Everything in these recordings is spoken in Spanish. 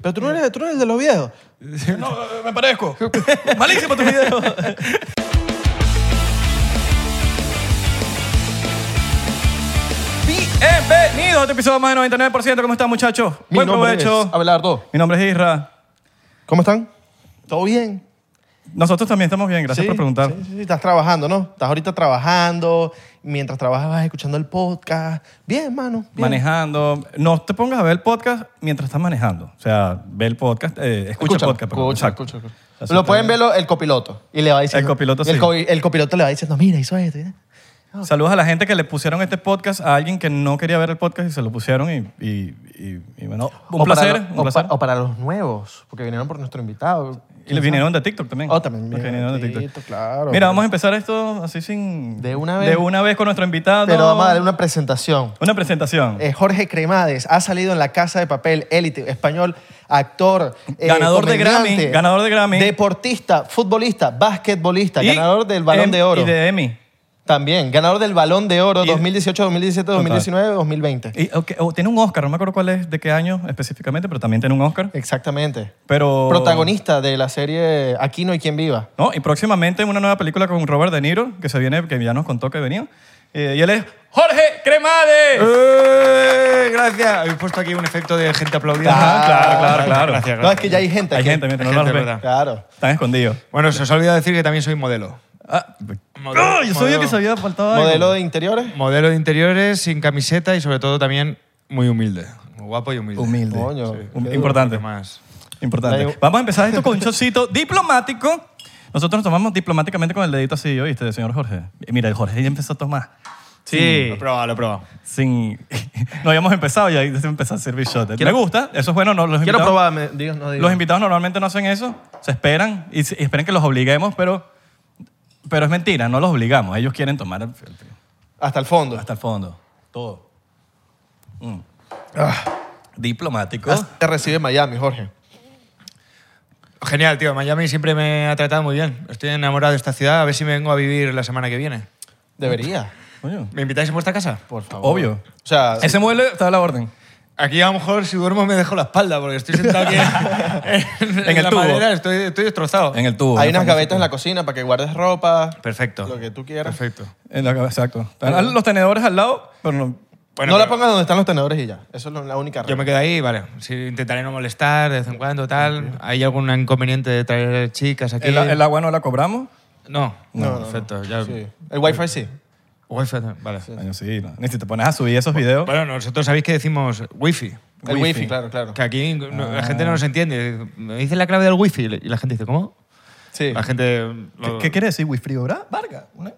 Pero tú no eres, tú no eres el de los viejos. No, eh, me parezco. Malísimo tu video. Bienvenidos a otro episodio más de 99%. ¿Cómo están, muchachos? Mi Buen nombre provecho. es Abelardo. Mi nombre es Isra. ¿Cómo están? ¿Todo bien? Nosotros también estamos bien, gracias Sí, por preguntar. Sí, sí, sí, estás trabajando, ¿no? Estás ahorita trabajando, mientras trabajas vas escuchando el podcast. Bien, mano. bien. Manejando. No te pongas a ver el podcast mientras estás manejando. O sea, ve el podcast, eh, escucha el Escúchalo, podcast. perdón. escucha, Exacto. escucha, escucha. Así Lo está pueden bien. verlo el copiloto y le va diciendo. El copiloto y el, sí. co- el copiloto le va diciendo, mira, hizo esto. ¿eh? Saludos a la gente que le pusieron este podcast a alguien que no quería ver el podcast y se lo pusieron y, y- y- y bueno, un O para placer, lo- un o, placer. pa- o para los nuevos, porque vinieron por nuestro invitado. y le vinieron de TikTok también. Oh, también Los que vinieron vinieron de TikTok, claro. Mira, vamos a empezar esto así sin... De una vez. De una vez con nuestro invitado. Pero vamos a darle una presentación. Una presentación. Eh, Jorge Cremades ha salido en la casa de papel élite, español, actor, eh, Ganador de comediante, Grammy, ganador de Grammy. deportista, futbolista, basquetbolista, Y- ganador del Balón em- de Oro. Y de Emmy. También, ganador del Balón de Oro Y- 2018, 2017, 2019, 2020. Y, ok, o tiene un Oscar, no me acuerdo cuál es, de qué año específicamente, pero también tiene un Oscar. Exactamente. Pero... Eh, Protagonista de la serie Aquí no hay quien viva. No, y próximamente una nueva película con Robert De Niro, que se viene, que ya nos contó que venía. Eh, y él es Jorge Cremades. ¡Eh! Gracias. Habéis puesto aquí un efecto de gente aplaudiendo. Ajá, Ah, ah, claro, claro, Gracias, claro. gracias, No, es que ya hay gente Hay aquí. gente, mira, no Hay nos gente, ven. ¿verdad? Claro. Están escondidos. Bueno, se os ha olvidado decir que también soy modelo. Ah, Modelo. ¡Ah! yo sabía Modelo. que se había faltado algo. Modelo de interiores. Modelo de interiores, sin camiseta y sobre todo también muy humilde. Muy guapo y humilde. Humilde. Coño, Sí. qué Hum- duro. Importante. ¿Qué más? Importante. Ahí- Vamos a empezar esto con un chocito diplomático. Nosotros nos tomamos diplomáticamente con el dedito así, ¿oíste, señor Jorge? Eh, Mira, el Jorge ya empezó a tomar. Lo he probado, lo he probado. Sin... No habíamos empezado y ahí empezó a servir shot. Me gusta, eso es bueno. No, los Quiero invitados- probarme. Dios no diga. Los invitados normalmente no hacen eso, se esperan y, se- y esperan que los obliguemos, pero, pero es mentira, no los obligamos. Ellos quieren tomar el- el- Hasta el fondo. hasta el fondo, todo. Mm. Ah. Diplomático. Te recibe en Miami, Jorge. Genial, tío. Miami siempre me ha tratado muy bien. Estoy enamorado de esta ciudad. A ver si me vengo a vivir la semana que viene. Debería, Coño, ¿Me invitáis a vuestra casa? por favor. obvio. O sea, Ese mueble está a la orden. Aquí a lo mejor si duermo me dejo la espalda porque estoy sentado aquí en, en- En en el la tubo. madera. Estoy, estoy destrozado. En el tubo. hay ¿no? unas gavetas en la cocina para que guardes ropa. Perfecto. Lo que tú quieras. Perfecto. En la- exacto. Están los tenedores al lado, pero no- Bueno, no la pero- pongas donde están los tenedores y ya. Eso es lo- la única Yo regla. me quedo ahí, vale. Sí, intentaré no molestar de vez en cuando, tal. ¿Hay algún inconveniente de traer chicas aquí? el, el agua no la cobramos. No, No, no, no, no. perfecto. Ya... Sí. El wifi sí. Wifi, vale. Coño, sí, no. Ni si te pones a subir esos videos. Bueno, nosotros sabéis que decimos wifi. El Wifi. wifi, claro, claro. Que aquí no- Ah. la gente no nos entiende. Me dicen la clave del wifi y la gente dice, ¿cómo? Sí. La gente... ¿Qué, lo- qué quiere decir Wifri Obra? Varga. Una-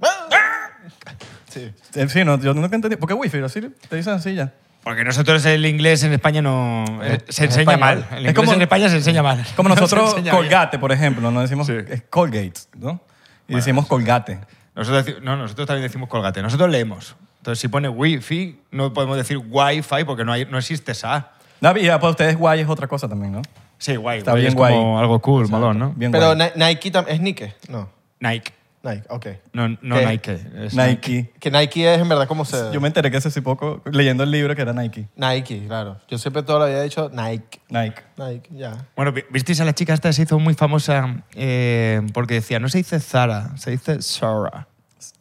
Sí. Eh, Sí, no, yo no te entendí. ¿Por qué Wifri? Así te dicen así ya. Porque nosotros el inglés en España no... eh, se enseña español. mal. El Es inglés como- en España se enseña mal. Como No se nosotros, enseña bien. Colgate, por ejemplo, no decimos Sí. es Colgate, ¿no? Y decimos Colgate. Nosotros, deci- no, nosotros también decimos colgate. Nosotros leemos. Entonces, si pone wifi, no podemos decir wifi porque no, hay, no existe esa A. No, y ya para ustedes guay es otra cosa también, ¿no? Sí, guay. Está guay bien es como guay. algo cool, malón, ¿no? Bien Pero guay. Ni- Nike también. ¿Es Nike? No. Nike. Nike, ok. No, no ¿Qué? Nike. es Nike. Que Nike es en verdad como se. Yo me enteré que hace sí poco, leyendo el libro, que era Nike. Nike, claro. Yo siempre toda la vida he dicho Nike. Nike. Nike, ya. Bueno, vi- ¿visteis a la chica esta? Se hizo muy famosa eh, porque decía, no se dice Zara, se dice Zara.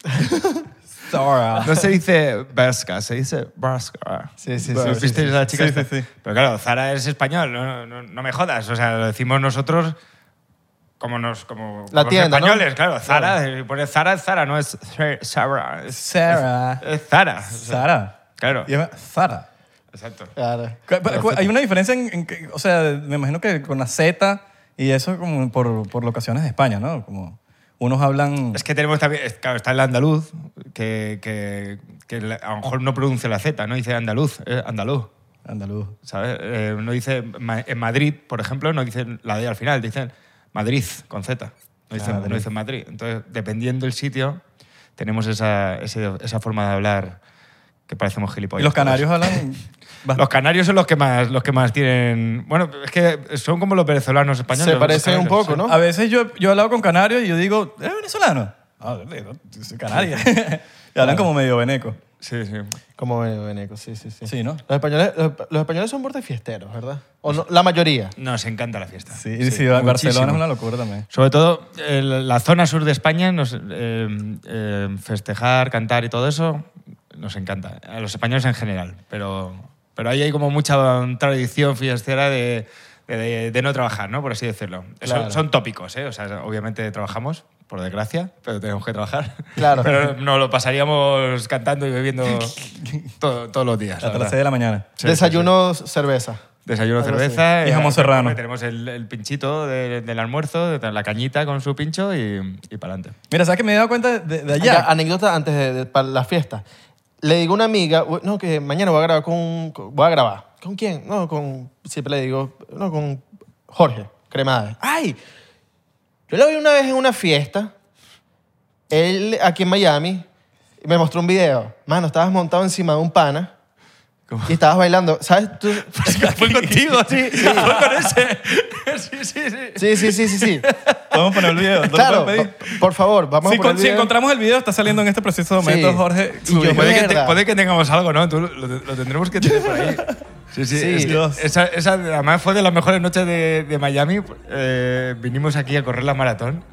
Zara. No se dice Berska, se dice Berska. Sí, sí, sí, Bueno, sí, ¿Visteis sí. a la chica Sí, esta? sí, sí. Pero claro, Zara es español, no, no- no me jodas. O sea, lo decimos nosotros como, nos, como, La como los tienda, ¿no? españoles, claro. Zara, eh, poner Zara es Zara, no es Zara, Zara. Es, Zara. es Zara. Zara. Claro, Y llama Zara. exacto. Claro. Cu- pero cu- Hay una diferencia en, en que- o sea, me imagino que con la Z y eso como por, por locaciones de España, ¿no? Como unos hablan... Es que tenemos también, es- claro, está el andaluz, que, que, que la- a lo mejor no pronuncia la Z, no dice andaluz, es andaluz, Andaluz. ¿sabes? Eh, no dice, ma- en Madrid, por ejemplo, no dicen la D al final, dicen Madrid con Z, no dicen, Ah, no Madrid. dicen Madrid. Entonces, dependiendo del sitio, tenemos esa, ese- esa forma de hablar que parecemos gilipollas. Y los canarios hablan... bast- pues, Los canarios son los que más, los que más tienen. Bueno, es que son como los venezolanos españoles. Se los parecen un canarios, poco, sí. ¿no? A veces yo, yo he hablado con canarios y yo digo, ¿eres venezolano? Ah, de- de- de Canarias. y hablan como medio veneco. Sí, sí. Como veneco, sí, sí, sí. Sí, ¿no? Los españoles, los, los españoles son bordes fiesteros, ¿verdad? O no, la mayoría. Nos encanta la fiesta. Sí, y sí, Barcelona es muchísimo. una locura también. Sobre todo eh, la zona sur de España, nos, eh, eh, festejar, cantar y todo eso, nos encanta. A los españoles en general. Pero, pero ahí hay como mucha tradición fiestera de, de- de no trabajar, ¿no? Por así decirlo. Eso- Claro. son tópicos, ¿eh? O sea, obviamente trabajamos, por desgracia, pero tenemos que trabajar. Claro. Pero no lo pasaríamos cantando y bebiendo todo- todos los días. Hasta la verdad. las 6 de la mañana. Sí, sí, Desayuno, cerveza. Desayuno, Algo así. cerveza. Y jamón aparte serrano. Tenemos el, el pinchito de- del almuerzo, de la cañita con su pincho y, y para adelante. Mira, ¿sabes que me he dado cuenta de, de allá? Acá, anécdota antes de, de- para la fiesta. Le digo a una amiga, "Uy, no, que mañana voy a grabar con, un- con- Voy a grabar. ¿Con quién? No, con... Siempre le digo, no, con Jorge, cremada. ¡Ay! Yo lo vi una vez en una fiesta. Él, aquí en Miami, me mostró un video. Mano, estabas montado encima de un pana. Y estabas bailando. ¿Sabes? Tú, Fue contigo, sí. Fue con ese. Sí, sí, sí. sí, sí, sí, sí, sí. Podemos poner el video. ¿Tú lo claro, puedes pedir? po- por favor, vamos a Si, poner con- si el video. encontramos el video, está saliendo en este preciso momento, Sí. Jorge. Y yo- Subir. Puede que, te- Mierda. puede que tengamos algo, ¿no? Tú lo, lo tendremos que tener por ahí. Sí, sí. Sí. es- Dios. esa, esa, además fue de las mejores noches de, de Miami. Eh, vinimos aquí a correr la maratón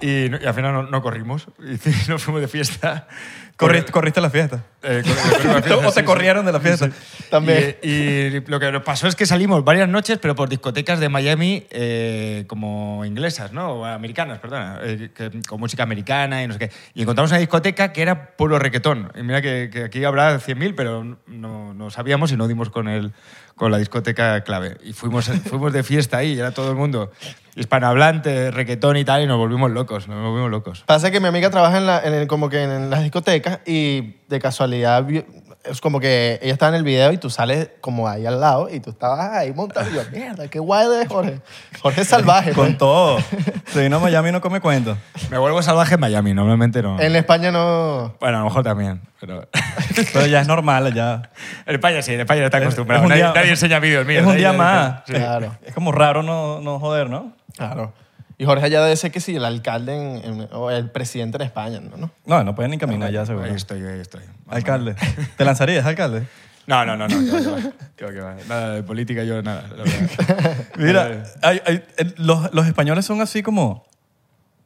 y, no- y al final no, no corrimos. Y nos fuimos de fiesta. Corriste, corriste a la fiesta. Eh, cor- corrimos a la fiesta, o sí, te sí. corrieron de la fiesta. También. Y, y lo que nos pasó es que salimos varias noches, pero por discotecas de Miami eh, como inglesas, ¿no? O americanas, perdona. eh, que- con música americana y no sé qué. Y encontramos una discoteca que era puro requetón. Y mira que, que aquí habrá 100.000, pero no, no sabíamos y no dimos con, el, con la discoteca clave. Y fuimos, fuimos de fiesta ahí, y era todo el mundo hispanohablante, requetón y tal, y nos volvimos locos, nos volvimos locos. Pasa que mi amiga trabaja en, la- en el- como que en las discotecas y de casualidad vi- es como que ella estaba en el video y tú sales como ahí al lado y tú estabas ahí montado y yo, mierda, qué guay de Jorge. Jorge es salvaje. pues". Con ¿no? todo. Si vino a Miami no come cuento. Me vuelvo salvaje en Miami, normalmente no. En España no... Bueno, a lo mejor también, pero... Pero ya es normal allá. En España sí, en España está Es- acostumbrado. es un nadie, día- nadie enseña vídeos míos. es un nadie- día más. Sí. Claro, Es como raro no, no joder, ¿no? claro. Y Jorge allá debe ser que sí, el alcalde en- en- o el presidente en España, ¿no? ¿No? No, no pueden ni caminar ya, seguro. Ah, Ahí estoy, ahí estoy. Alcalde. ¿Te lanzarías, alcalde? No, no, no, no. que va, que va, que va, que va. Nada de política, yo nada. la verdad. Eh. Mira, hay- hay- el- los, los españoles son así como,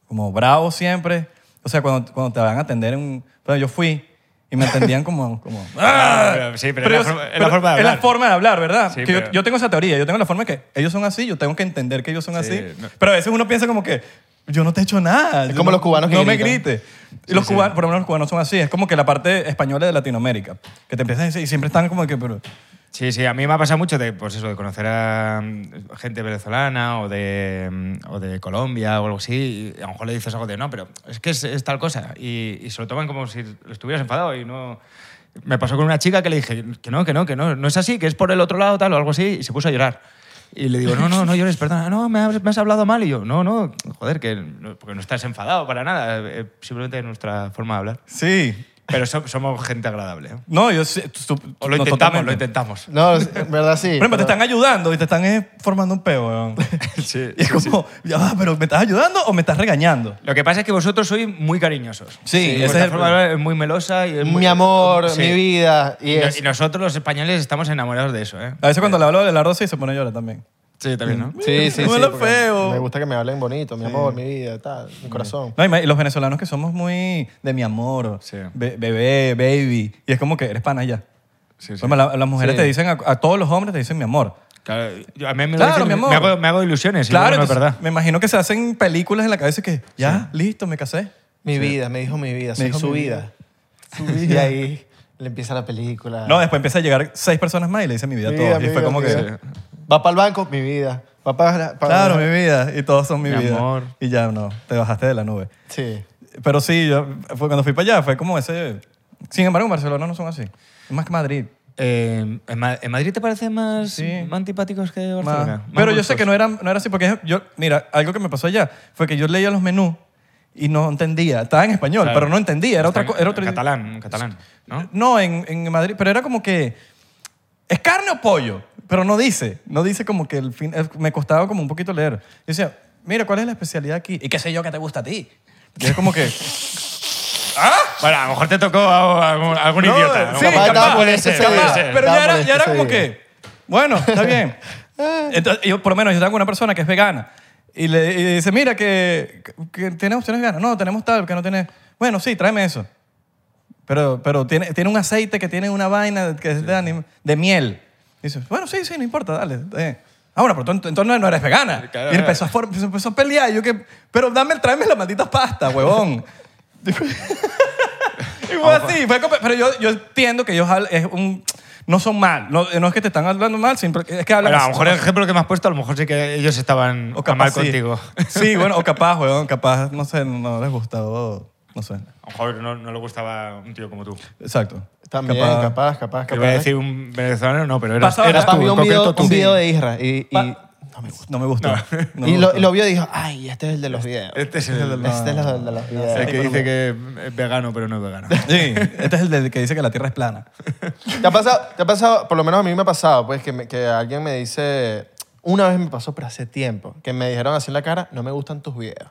como bravos siempre. O sea, cuando, cuando te van a atender en... Bueno, yo fui y me atendían como... como Ah, pero- sí, pero es la yo- forma- es la forma de es hablar. forma de hablar, ¿verdad? Sí, Que yo, pero- yo tengo esa teoría. Yo tengo la forma de que ellos son así, yo tengo que entender que ellos son así. no. Pero a veces uno piensa como que yo no te he hecho nada. yo como no- los cubanos que No me gritan. grites. Y los cubanos, por lo menos los cubanos son así. Es como que la parte española de Latinoamérica. Que te empiezan a decir y siempre están como que... Pero, Sí, sí, a mí me ha pasado mucho de, pues eso, de conocer a mm, gente venezolana o de, mm, o de Colombia o algo así. Y a lo mejor le dices algo de no, pero es que es, es tal cosa. Y, y se lo toman como si estuvieras enfadado y no. Me pasó con una chica que le dije que no, que no, que no, no es así, que es por el otro lado tal o algo así y se puso a llorar. Y le digo, no, no, no llores, perdona, no, me has, me has hablado mal. Y yo, no, no, joder, que no, porque no estás enfadado para nada, eh, simplemente es nuestra forma de hablar. sí. Pero so- somos gente agradable. ¿eh? No, yo... sí, tú- tú- O lo no, intentamos, totalmente. lo intentamos. No, es- en verdad sí. Por ejemplo, te pero- están ayudando y te están eh, formando un peo, weón. Sí, Y es sí, sí. como, ya va, pero ¿me estás ayudando o me estás regañando? Lo que pasa es que vosotros sois muy cariñosos. Sí, ese vuestra es el forma de hablar es muy melosa. Y es muy- eh, Mi amor, Sí. mi vida. Y Y, no- es- y nosotros los españoles estamos enamorados de eso, ¿eh? A veces cuando le hablo de la rosa y se pone a llorar también. Sí, también, mm, ¿no? Sí, sí, No sí. lo porque feo. Me gusta que me hablen bonito, mi amor, mi vida, tal, mi corazón. No, y, me- y los venezolanos que somos muy de mi amor, Sí. be- bebé, baby. Y es como que eres pana ya. Sí, sí. Bueno, la- las mujeres Sí. te dicen, a, a todos los hombres te dicen mi amor. Claro, yo- a mí me, lo Claro, dicen- mi amor. me hago, me hago ilusiones. y claro, luego no es entonces, verdad. me imagino que se hacen películas en la cabeza que ya, listo, me casé. Mi vida, me dijo mi vida, soy dijo su mi vida. Y ahí le empieza la película. No, después empieza a llegar seis personas más y le dicen mi vida a Mi todos. vida, y mi fue vida, como mi que, vida. Va para el banco, mi vida. Va para. claro, mi vida. Y todos son mi, Mi vida. amor. Y ya no, te bajaste de la nube. Sí. Pero sí, yo, fue cuando fui para allá fue como ese... Sin embargo, en Barcelona no son así. Es más que Madrid. Eh, ¿en, Ma- en Madrid te parecen más, Sí. más antipáticos que Más- Barcelona? Más pero yo bruscos. sé que no era, no era así porque yo... Mira, algo que me pasó allá fue que yo leía los menús y no entendía. Estaba en español, Claro. pero no entendía. Era otra Está cosa. en- Catalán, en catalán, ¿no? No, en, en Madrid. Pero era como que... ¿Es carne o pollo? Pero no dice. No dice como que el fin... el- me costaba como un poquito leer. Yo decía, mira, ¿cuál es la especialidad aquí? ¿Y qué sé yo que te gusta a ti? Y es como que... Bueno, a lo mejor te tocó a- a algún, algún No, idiota. Capaz Sí, capaz, estaba por puede ese ser, día. puede capaz, ser. pero Estaba ya era, molesto ya era ese como día. que, bueno, está bien. Entonces, yo, por lo menos, yo tengo una persona que es vegana y le y dice, mira, que, que tiene opciones veganas. No, tenemos tal, que no tiene... Bueno, sí, tráeme eso. Pero, pero tiene, tiene un aceite que tiene una vaina que es de, anim- de miel. Dices, bueno, sí, sí, no importa, dale. está bien". Ah, bueno, pero tú ent- entonces no eres vegana. Claro. y empezó a, for- empezó a pelear. y yo que, pero dame, tráeme las malditas pastas, huevón. Y fue así, fue como- pero yo, yo entiendo que ellos hablan- es un, no son mal, no, no es que te están hablando mal, sino que- es que hablan Bueno, a lo así. mejor el ejemplo que me has puesto, a lo mejor sí que ellos estaban O capaz mal sí. contigo. Sí, bueno, o capaz, weón, capaz, no sé, no les gustó, no sé. A lo mejor no, no le gustaba un tío como tú. Exacto. También, capaz, capaz, capaz. Que voy a decir un venezolano, no, pero eras, Pasaba- eras Capaz tú, vio en un video, concreto tú. un video de Isra y, y, Pa- no me gustó. No me y, lo, gustó. y lo vio y dijo, ay, este es el de los videos. Este es el, Este es el de los videos. el que dice que es vegano, pero no es vegano. Sí, este es el del que dice que la Tierra es plana. ¿Te ha, pasado, ¿Te ha pasado, por lo menos a mí me ha pasado, pues, que, me- que alguien me dice, una vez me pasó, pero hace tiempo, que me dijeron así en la cara, no me gustan tus videos.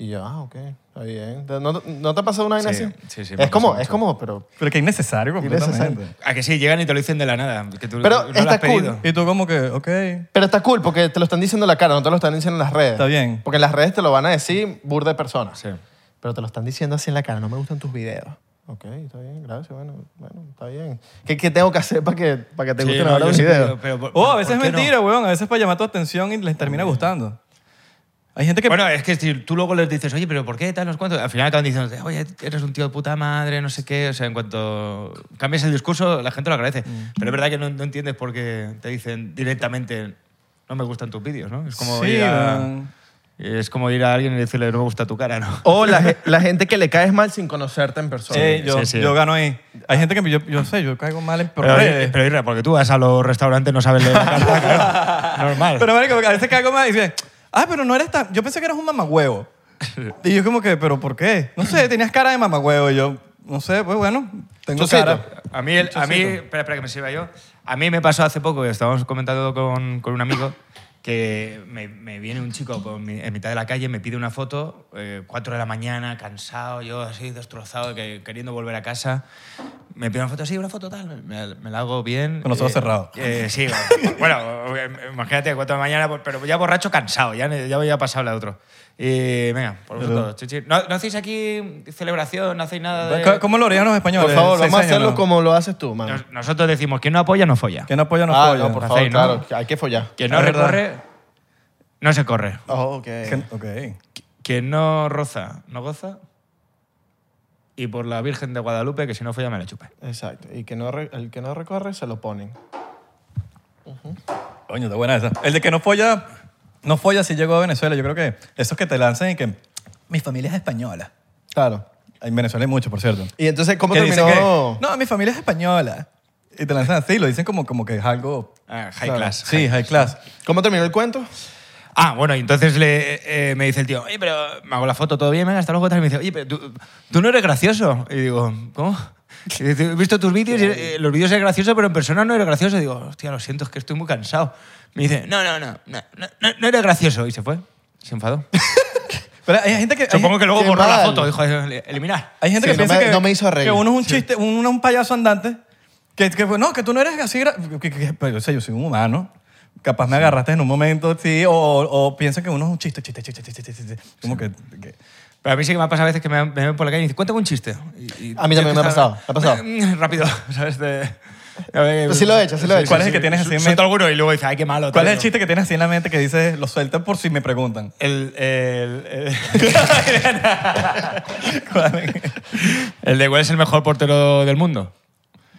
Y yo, ah, ok, está bien. ¿No, no te ha pasado una vaina Sí, así? sí, sí, me Es ha como, pasado es mucho. como, pero... Pero que innecesario completamente. Innecesario. A que sí, llegan y te lo dicen de la nada. Que tú Pero no lo está has pedido. cool. Y tú como que, ok, Pero está cool porque te lo están diciendo en la cara, no te lo están diciendo en las redes. Está bien. Porque en las redes te lo van a decir burda de personas. Sí. Pero te lo están diciendo así en la cara, no me gustan tus videos. Ok, está bien, gracias, bueno, bueno está bien. ¿Qué, qué tengo que hacer para que, para que te Sí, gusten no, ahora yo los sí, videos? pero- pero- Oh, a ¿por veces es qué no? mentira, weón. A veces para llamar tu atención y les termina gustando. Hay gente que... Bueno, es que si tú luego les dices, oye, pero ¿por qué tal? No sé cuánto. Al final acaban diciendo, oye, eres un tío de puta madre, no sé qué. O sea, en cuanto cambias el discurso, la gente lo agradece. Mm. Pero es verdad que no, no entiendes por qué te dicen directamente, no me gustan tus vídeos, ¿no? Es como, Sí, ir, a, weón. es como ir a alguien y decirle, no me gusta tu cara, ¿no? O la, ge- la gente que le caes mal sin conocerte en persona. Sí, yo, sí, sí. yo gano ahí. Hay gente que yo, yo sé, yo caigo mal en por Pero, redes. pero Irra, porque tú vas a los restaurantes no sabes leer la carta, claro. Normal. Pero, marico, a veces caigo mal y dices, ah, pero no eres tan... Yo pensé que eras un mamagüevo. Y yo como que, ¿pero por qué? No sé, tenías cara de mamagüevo. Y yo, no sé, pues bueno, tengo Chocito. cara. A mí, el- a mí espera, espera, que me sirva yo. A mí me pasó hace poco, que estábamos comentando con, con un amigo, que me, me viene un chico por mi- en mitad de la calle, me pide una foto, eh, 4 de la mañana, cansado, yo así destrozado, que, queriendo volver a casa. Me pide una foto, sí, una foto tal, me, me la hago bien. Con los ojos Eh, cerrados. eh, sí, bueno, bueno, imagínate, 4 de la mañana, pero ya borracho cansado, ya, ya había pasado la de otro. Y venga, por vosotros, chichi. ¿No, no hacéis aquí celebración? ¿No hacéis nada de...? ¿Cómo- ¿Cómo lo harían los españoles? Por favor, Seis vamos a años, hacerlo ¿no? como lo haces tú, mano. Nos- Nosotros decimos, quien no apoya, no folla. Que no apoya, no ah, apoya. no, por Hacéis, favor, ¿no? claro, hay que follar. Quien no Es verdad. recorre, no se corre. Oh, ok. Que- Ok. Quien no roza, no goza. Y por la Virgen de Guadalupe, que si no folla, me la chupe. Exacto. Y que no re- el que no recorre se lo ponen. Coño, está buena esa. El de que no folla, no folla si llegó a Venezuela. Yo creo que esos que te lanzan y que mi familia es española. Claro. En Venezuela hay mucho, por cierto. Y entonces, ¿cómo Que dicen terminó? que, no, mi familia es española. Y te lanzan así, lo dicen como, como que es algo... Ah, high Claro. class. Sí, high class. ¿Cómo terminó el cuento? Ah, bueno, y entonces le, eh, me dice el tío, oye, pero me hago la foto, todo bien, venga, hasta luego. tal. Y me dice, oye, pero tú, tú no eres gracioso. Y digo, ¿cómo? Y dice, He visto tus vídeos, y, eh, los vídeos eres gracioso, pero en persona no eres gracioso. Y digo, hostia, lo siento, es que estoy muy cansado. Me dice, no, no, no, no, no, no eres gracioso. Y se fue, se enfadó. Pero hay gente que... hay- Supongo que luego qué borró la mal. foto, dijo, eliminar. Hay gente Sí, que no piensa me- que, no me hizo reír. que uno es un chiste, uno es un payaso andante. Que, que, no, que tú no eres así. gra- que- que- que- pero yo sé, yo soy un humano. Capaz me agarraste en un momento, sí. O, o piensa que uno es un chiste, chiste, chiste, chiste, chiste. chiste. Como que, que- Pero a mí sí que me ha pasado a veces que me, me ven por la calle y dicen, cuéntame un chiste. Y- y- A mí también me ha pasado, me ha pasado. Rápido, ¿sabes? De, sí lo he hecho, sí lo he hecho. ¿Cuál es el que tienes así en mente? alguno y luego dices, ay, qué malo. ¿Cuál tío". es el chiste que tienes así en la mente que dices, lo sueltan por si me preguntan? El, el, ¿Cuál? es? el- el de cuál es el mejor portero del mundo.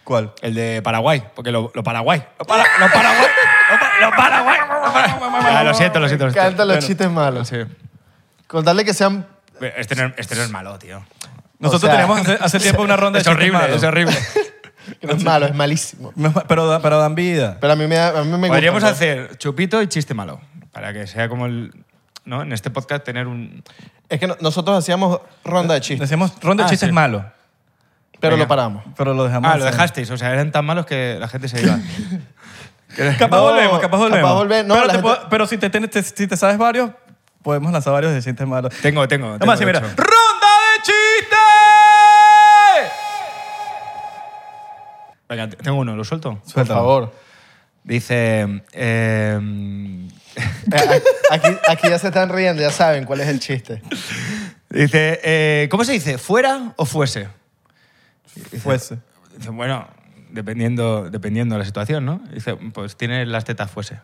¿Cuál? El de Paraguay, porque lo, lo Paraguay. Lo, para, lo Paraguay. Lo, pa- lo Paraguay. Lo, para- Ah, lo siento, lo siento. Me lo siento. encantan los bueno, chistes malos. Sí. Contarle que sean... Este, no, este no es malo, tío. Nosotros O sea, teníamos hace, hace tiempo una ronda de Es chistes horrible, malos. es horrible. que no es malo, es malísimo. Pero, da- pero dan vida. Pero a mí me, da- a mí me gusta. Podríamos pues. hacer chupito y chiste malo, para que sea como el... ¿no? En este podcast tener un... Es que no- nosotros hacíamos ronda de chistes, Decíamos ronda de Ah, chistes sí. malos, pero venga. lo paramos. pero lo dejamos. Ah, lo así. dejasteis, o sea, eran tan malos que la gente se iba. Capaz No, volvemos, capaz volvemos. capaz volve- no, pero, la te gente- puedo- pero si, te tienes- te- si te sabes varios, podemos lanzar varios de chistes malos. tengo, tengo. tengo Vamos a decir, de mira, hecho. ronda de chistes. Venga, t- tengo uno, ¿lo suelto? Por Suéltalo. favor. Dice. eh, Eh, Aquí, aquí ya se están riendo, ya saben cuál es el chiste. dice. eh, ¿Cómo se dice? ¿Fuera o fuese? Fuese. Dice, bueno, dependiendo, dependiendo de la situación, ¿no? Dice, pues tiene las tetas fuese.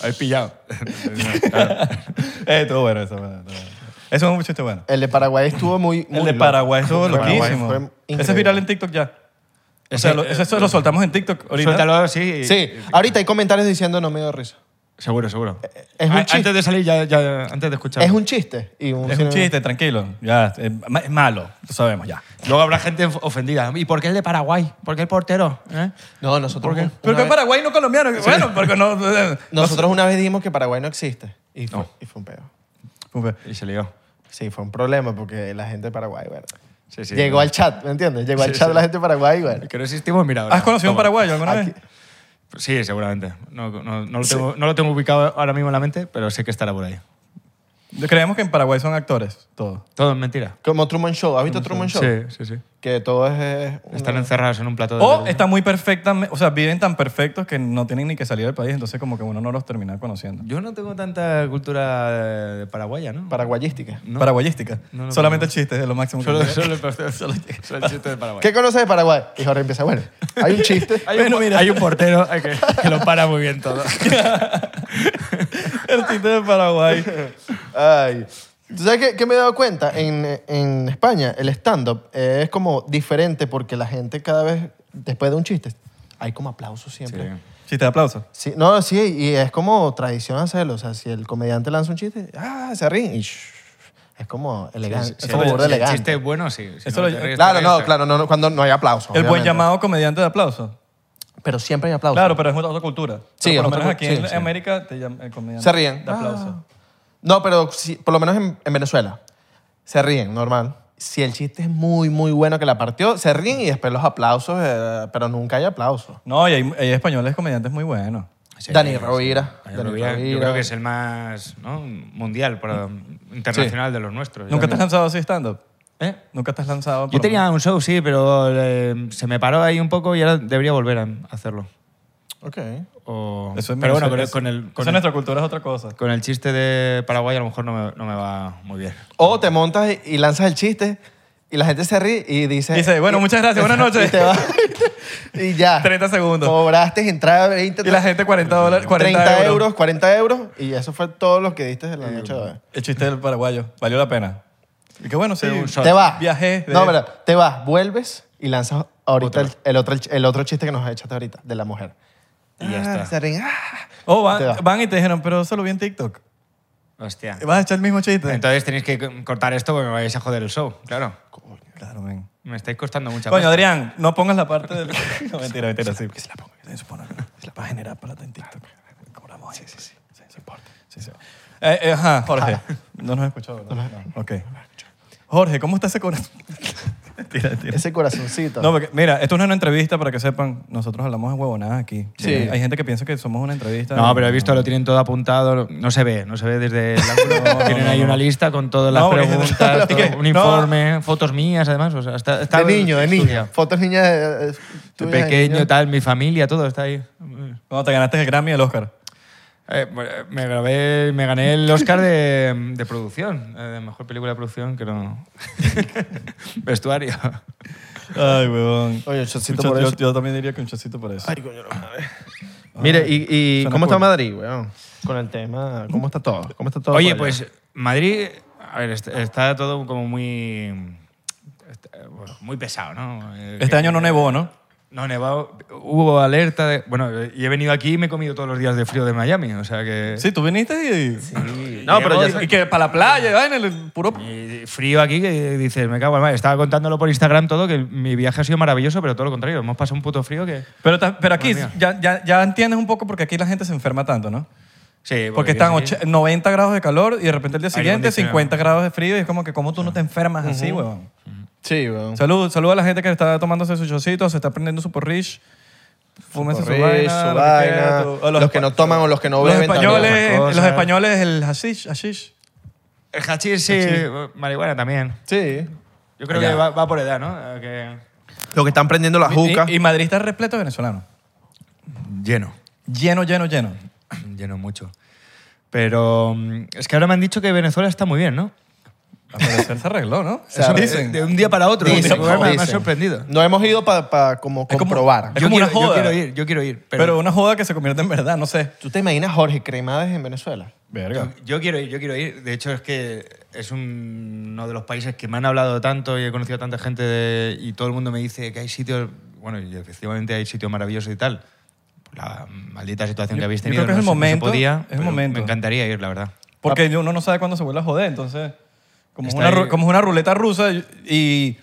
Habéis pillado. Claro. Eh, estuvo bueno eso. bueno, estuvo bueno. Eso es un chiste bueno. El de Paraguay estuvo muy. muy el de loco. Paraguay, eso es El de Paraguay loquísimo. fue Ese increíble. es viral en TikTok ya. O Ese, sea, lo- eh, eso, eso lo soltamos en TikTok ahorita. Suéltalo, sí. Sí, ahorita hay comentarios diciendo no me dio risa. Seguro, seguro. es un A- chiste. Antes de salir, ya, ya- antes de escuchar. Es un chiste. Y un Es un chiste, tranquilo. Ya, es ma- es malo, lo sabemos ya. Luego habrá gente ofendida. ¿Y por qué el de Paraguay? ¿Por qué el portero? ¿Eh? No, nosotros. una Pero que vez- Paraguay no colombiano. que Bueno, porque no... eh, Nosotros una vez dijimos que Paraguay no existe. Y fue, No. y fue un pedo. no- Y se lió. Sí, fue un problema porque la gente de Paraguay, ¿verdad? Sí, sí. Llegó al chat, ¿me entiendes? Llegó al Sí, chat sí. la gente de Paraguay, bueno. Que no existimos, mira. ahora. ¿Has conocido un Toma. paraguayo alguna vez? Aquí- Sí, seguramente. No, no- no lo tengo, no lo tengo ubicado ahora mismo en la mente, pero sé que estará por ahí. Creemos que en Paraguay son actores, todos. Todo es mentira. Como Truman Show. ¿Has visto Truman Show? Sí, sí, sí. Que todo es... eh, una- Están encerrados en un plato de... O están muy perfectamente, o sea, viven tan perfectos que no tienen ni que salir del país, entonces como que uno no los termina conociendo. Yo no tengo tanta cultura de, de paraguaya, ¿no? Paraguayística. No. Paraguayística. No, no, Solamente no. el chiste es lo máximo que Solo, llega. solo, solo, el chiste de Paraguay. ¿Qué conoces de Paraguay? Y Jorge empieza, bueno, hay un chiste. Hay, un, Bueno, mira. hay un portero eh, que, que lo para muy bien todo. El chiste de Paraguay. Ay. ¿Tú sabes qué, qué me he dado cuenta? En, en España, el stand-up eh, es como diferente porque la gente cada vez, después de un chiste, hay como aplausos siempre. Chiste de aplauso. Sí, no, sí, y es como tradición hacerlo. O sea, si el comediante lanza un chiste, ah, se ríen. Y shh, es como elegante. Sí, es como sí, burda sí, el elegante. chiste es bueno, sí. Si Eso no lo- te ríes, claro, te no, ríes. claro, no, no, cuando no hay aplausos. El buen obviamente. llamado comediante de aplauso. Pero siempre hay aplausos. Claro, pero es otra cultura. Sí, es Pero por lo otra menos cu- aquí en sí, sí. América te llaman el comediante. Se ríen. Ah. De Ah. aplauso. No, pero si- por lo menos en, en Venezuela. Se ríen, normal. Si el chiste es muy, muy bueno que la partió, se ríen y después los aplausos, eh, pero nunca hay aplausos. No, y hay, hay españoles comediantes muy buenos. Sí, Dani sí. Rovira, Dani Dani Rovira, Yo Rovira. creo que es el más ¿no? mundial, pero, internacional de los nuestros. ¿Nunca te Yo has también. lanzado así stand-up? ¿Eh? ¿Nunca te has lanzado? Yo por- tenía un show, sí, pero eh, se me paró ahí un poco y ahora debería volver a hacerlo. Ok. O- Eso es pero bueno, Venezuela. con- con el, Eso con, en el, nuestra cultura es otra cosa. con el chiste de Paraguay a lo mejor no me, no me va muy bien. O te montas y- y lanzas el chiste y la gente se ríe y dice... Dice, bueno, muchas gracias, buenas noches. Y te va. y ya. Ah. 30 segundos. Cobraste entrada 20, Y la gente 40 dólares, 40 30 euros. euros. Eh, 40 euros. Y eso fue todo lo que diste de la noche de hoy. El chiste del paraguayo. Valió la pena. Y qué bueno, sí. Pero un shot. Te vas. Viajé. de- No, pero te vas, vuelves y lanzas ahorita el, Otro. el otro, el otro chiste que nos echaste ahorita, de la mujer. Y ya Ah, está. se ríen, ah. O Te vas. Oh, van, van y te dijeron, pero solo vi en TikTok. Hostia. ¿Vas a echar el mismo chiste? Entonces tenéis que co- cortar esto porque me vais a joder el show, claro. claro, men. Me estáis costando mucha Coño, pasta. Adrián, no pongas la parte del... No, mentira, mentira, sí. Que se la ponga, que se supone que se la va a generar para en TikTok. Cobramos ahí. Sí, sí, sí. Sí, no importa. Sí, sí. Eh, eh, ajá, Jorge. No nos escuchó, ¿verdad? No. Ok. Jorge, ¿cómo está ese corazón? tira, tira. Ese corazoncito. No, porque, mira, esto no es una entrevista para que sepan. Nosotros hablamos de huevonadas aquí. Sí. Hay gente que piensa que somos una entrevista. No, pero he visto, lo tienen todo apuntado. No se ve, no se ve desde el ángulo. No, tienen no, ahí no. una lista con todas las No, porque- preguntas, claro, todo, es que- un no. informe, fotos mías, además. O sea, está, está de niño, de niño. estudiado. Fotos niñas. eh, eh, De tuyas de pequeño, niño. tal, mi familia, todo está ahí. Cuando te ganaste el Grammy y el Oscar. Eh, bueno, me grabé, me gané el Oscar de, de producción, eh, de mejor película de producción, que no. Vestuario. Ay, huevón. Oye, un shotcito Un shot- por yo, eso. yo también diría que un chocito por eso. Ay, coño, la madre. Mire, ¿y, y Suena cómo está cool. Madrid, weón? Con el tema, ¿cómo está todo? ¿Cómo está todo? por Oye, allá? pues Madrid, a ver, est- está todo como muy. está- bueno, muy pesado, ¿no? Eh, Este año no nevó, ¿no? No, nevado. Hubo alerta. de- bueno, eh, y he venido aquí y me he comido todos los días de frío de Miami. O sea que. Sí, tú viniste y... No, pero ya y- sé- Y que para la playa, y vaina, el puro... Y frío aquí que dices, me cago en la madre. Estaba contándolo por Instagram todo, que mi viaje ha sido maravilloso, pero todo lo contrario. Hemos pasado un puto frío que. Pero, ta- pero aquí Madre mía. ya, ya, ya entiendes un poco porque aquí la gente se enferma tanto, ¿no? Sí, Porque están vives aquí. och- 90 grados de calor y de repente el día siguiente acondicionado. 50 grados de frío y es como que cómo tú no te enfermas así, huevón. Sí, weón. Salud, salud a la gente que está tomándose su chocito, se está prendiendo su porridge. Fúmense su, Correr, vaina. su lo que vaina, quiera, tu- o los, que no toman o los que no los beben también. españoles, otras los cosas. españoles el hashish, hashish. El hachís, sí. Marihuana también. Sí. Yo creo Ya. que va, va por edad, ¿no? Eh, Que Los que están prendiendo la juca. Y, y Madrid está repleto de venezolanos. Lleno, Lleno, lleno, lleno. lleno mucho. Pero mm, es que ahora me han dicho que Venezuela está muy bien, ¿no? Al parecer se arregló, ¿no? sea, Eso de- dicen. De un día para otro. Dicen, me, ha- me ha dicen. sorprendido. No hemos ido para como como- comprobar. Es como una quiero, joda. Yo quiero ir, yo quiero ir. Pero, pero, una joda que se convierte en verdad, no sé. ¿Tú te imaginas Jorge Cremades en Venezuela? Verga. yo quiero ir, yo quiero ir. De hecho, es que es un- uno de los países que me han hablado tanto y he conocido a tanta gente de- y todo el mundo me dice que hay sitios, bueno, y efectivamente hay sitios maravillosos y tal. La maldita situación Yo- que habéis yo tenido creo que no es el se- no se momento, podía, es el pero momento. Me encantaría ir, la verdad. Porque uno no sabe cuándo se vuelve a joder, entonces. Como, es Está una, ru- ahí. como es una ruleta rusa y.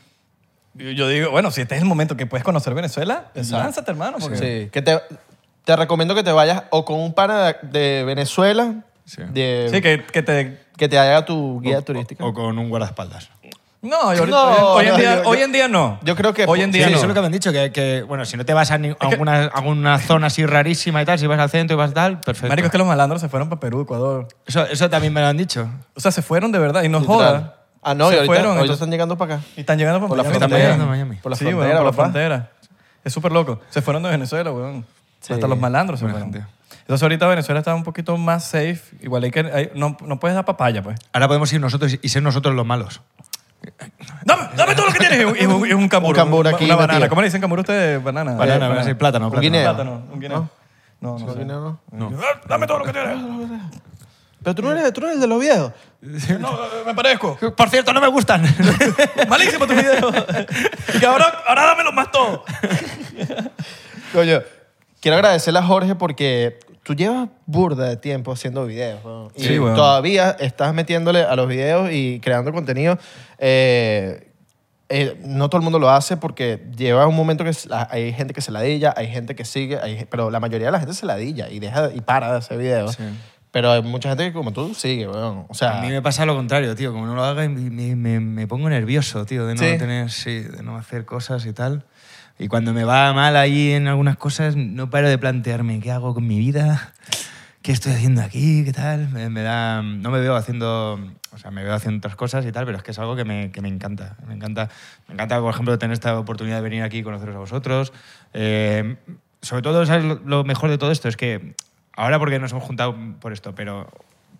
y Yo digo, bueno, si este es el momento que puedes conocer Venezuela, Exacto. lánzate, hermano. porque- Sí. Que te, te recomiendo que te vayas o con un pana de, de Venezuela, Sí. de- Sí, que, que, que te. te haga tu guía O- turística. O, o con un guardaespaldas. No, yo- No, hoy, en no, día, yo- yo- hoy en día no. yo creo que- Hoy en Sí, día no. eso es lo que me han dicho, que, que, bueno, si no te vas a, ni- a alguna, a alguna zona así rarísima y tal, si vas al centro y vas tal, perfecto. Marico, es que los malandros se fueron para Perú, Ecuador. eso, eso también me lo han dicho. O sea, se fueron de verdad y no Literal. jodan. Ah, no, se y ahorita, fueron, ahorita entonces- están llegando para acá. y están llegando para por la Miami Están frontera. llegando a Miami. Por la Sí, frontera, weón, por la papá. frontera. Es súper loco. Se fueron de Venezuela, weón. Sí. Hasta los malandros se Buena fueron. gente. Entonces ahorita Venezuela está un poquito más safe. Igual hay que... hay- no, no puedes dar papaya, pues. Ahora podemos ir nosotros y ser nosotros los malos. ¡Dame, dame todo lo que tienes! Es un, es un- es un cambur. Un cambur aquí Una banana. metido. ¿Cómo le dicen cambur a ustedes? Banana. Banana, Eh, banana, sí, plátano, un plátano. guineo. Plátano. Un guineo. No, no, No, sé. no, no. Ah, Dame todo lo que tienes. Pero tú no eres, tú no eres el de los viejos. No, eh, me parezco. Por cierto, no me gustan. Malísimo tu video. y ahora, ahora dámelo más todo. Coño, quiero agradecerle a Jorge porque tú llevas burda de tiempo haciendo videos. weón. Y Sí, weón. todavía estás metiéndole a los videos y creando contenido. Eh, eh, no todo el mundo lo hace porque lleva un momento que se- la- hay gente que se ladilla, hay gente que sigue, hay ge- pero la mayoría de la gente se ladilla y deja y para de hacer videos. Sí. Pero hay mucha gente que como tú sigue, weón. O sea, A mí me pasa lo contrario, tío. Como no lo haga, me, me- me pongo nervioso, tío, de no Sí. tener, sí, de no hacer cosas y tal. Y cuando me va mal ahí en algunas cosas, no paro de plantearme qué hago con mi vida, qué estoy haciendo aquí, qué tal. Me, me da, no me veo haciendo, o sea, me veo haciendo otras cosas y tal, pero es que es algo que me, que me encanta. Me encanta, me encanta, por ejemplo, tener esta oportunidad de venir aquí y conoceros a vosotros. Eh, sobre todo, ¿sabes lo- lo mejor de todo esto? Es que ahora porque nos hemos juntado por esto, pero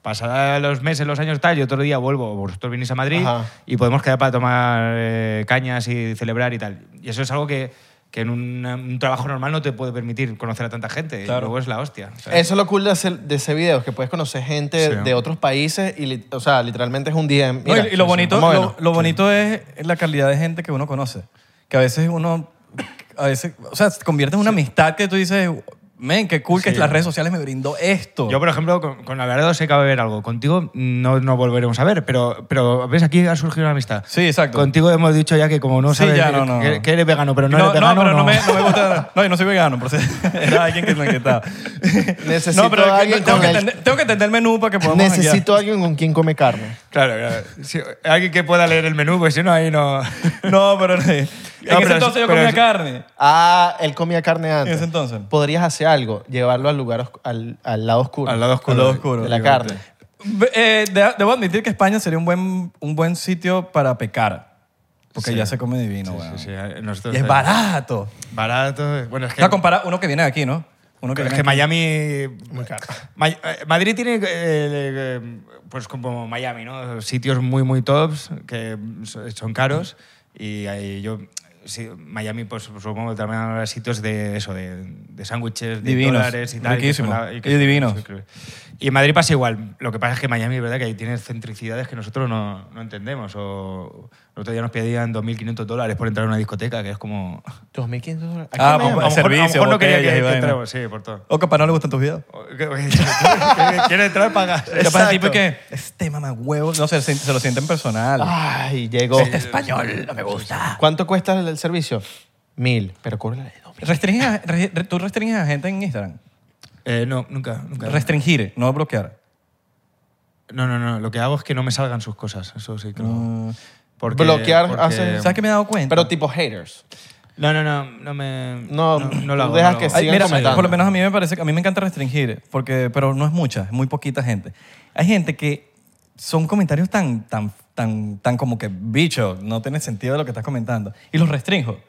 pasará los meses, los años tal, y otro día vuelvo, o vosotros venís a Madrid Ajá. y podemos quedar para tomar eh, cañas y celebrar y tal. Y eso es algo que, que en un, un trabajo normal no te puede permitir conocer a tanta gente. Claro. Y luego es la hostia. ¿sabes? Eso es lo cool de, hacer- de ese video, que puedes conocer gente Sí. de otros países y, li- o sea, literalmente es un día. No, y- y lo bonito, lo, lo bonito es la calidad de gente que uno conoce. Que a veces uno, a veces, o sea, se convierte en una amistad que tú dices, men, qué cool que Sí. las redes sociales me brindó esto. Yo, por ejemplo, con, con Alvarado sé que va a haber algo. Contigo no, no volveremos a ver, pero, pero ves, aquí ha surgido una amistad. sí, exacto. Contigo hemos dicho ya que como no Sí, sabes ya, que- no, no. Que, que eres vegano, pero no, no, no, eres vegano, pero no, me, no me gusta. No, yo no soy vegano, por si- era alguien que me inquietaba. Necesito no, pero a alguien tengo, con que el- entender, tengo que entender el menú para que podamos Necesito a alguien con quien come carne. Claro, claro. Sí, alguien que pueda leer el menú, pues si no, ahí no... janguear. No, pero no. en ese pero- entonces yo pero- comía carne. Ah, él comía carne antes. En ese entonces. Podrías hacer algo, llevarlo al lugar oscu- al, al lado oscuro. Al lado oscuro. Al De la Fíjate. carne. Ve- eh, de- debo admitir que España sería un buen, un buen sitio para pecar. Porque Sí. ya se come divino, weón. Sí, sí, nosotros- Y es barato. Barato. Bueno, es O que, sea, compara uno que viene de aquí, ¿no? Uno que es viene que aquí. Miami. Ma- eh, Madrid tiene, eh, eh, pues como Miami, ¿no? Sitios muy, muy tops que so- son caros. Y ahí yo. sí, Miami, pues supongo que también habrá sitios de eso, de, de sándwiches, de Divinos, dólares y tal. que son riquísimo, la- que y son- divinos. Y en Madrid pasa igual. Lo que pasa es que Miami, es verdad, que ahí tiene excentricidades que nosotros no, no entendemos. O el otro día nos pedían 2.500 dólares por entrar a una discoteca, que es como. 2.500 dólares. Aquí Ah, en Miami. pues, mejor- servicio, a lo mejor no quería botellas y que, que vaina. entremos, sí, por todo. O capaz no le gustan tus videos. Quiere entrar pagas. Capaz el tipo Exacto. que este mamá huevo, no sé, se, se lo sienten personal. Ah, Ay, llegó. Este español no me gusta. ¿Cuánto cuesta el, el servicio? Mil. Pero cóbrale de dos mil. Restringes a- re- re- tú restringes a gente en Instagram. Eh, no, nunca, nunca. Restringir, no bloquear. No, no, no. Lo que hago es que no me salgan sus cosas. Eso sí que no. Mm. Porque- Bloquear porque- hace- ¿Sabes qué me he dado cuenta? Pero tipo haters. No, no, no. No me. No, lo tú hago. dejas no lo que hago. Ay, sigan mira, comentando. por lo menos a mí me parece que a mí me encanta restringir, porque, pero no es mucha, es muy poquita gente. Hay gente que son comentarios tan, tan, tan, tan como que, bicho, no tiene sentido lo que estás comentando. Y los restringo.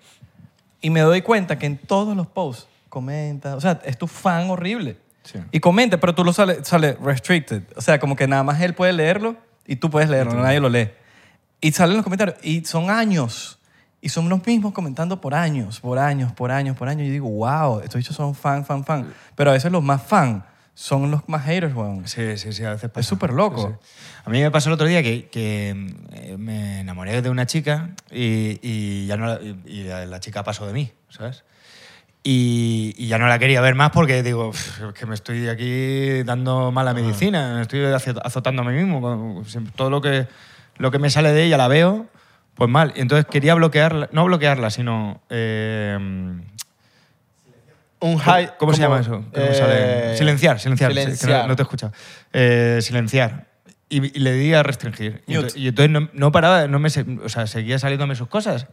Y me doy cuenta que en todos los posts comenta, o sea, es tu fan horrible. Sí. Y comenta, pero tú lo sale, sale restricted. O sea, como que nada más él puede leerlo y tú puedes leerlo, nadie lo lee. Y salen los comentarios. Y son años. Y son los mismos comentando por años, por años, por años, por años. Y digo, wow, estos bichos son fan, fan, fan. Pero a veces los más fan son los más haters, weón. Sí, sí, sí, a veces pasa. Es súper loco. Sí, sí. A mí me pasó el otro día que, que, eh, me enamoré de una chica y, y ya no la, y- y la, la chica pasó de mí, ¿sabes? Y, y ya no la quería ver más porque digo, "Pff, es que me estoy aquí dando mala medicina, me estoy azo- azotando a mí mismo. con- con- Todo lo que, lo que me sale de ella la veo, pues mal. Y Entonces quería bloquearla, no bloquearla, sino... eh, Un high, ¿Cómo, se llama eso? Que no me sale. Eh, Silenciar, silenciar. sí, que no- silenciar. No, te he escuchado. Eh, silenciar. Y, y le di a restringir. Y, Mute. ento- y entonces no, no paraba, no me, se- o sea, seguía saliéndome sus cosas.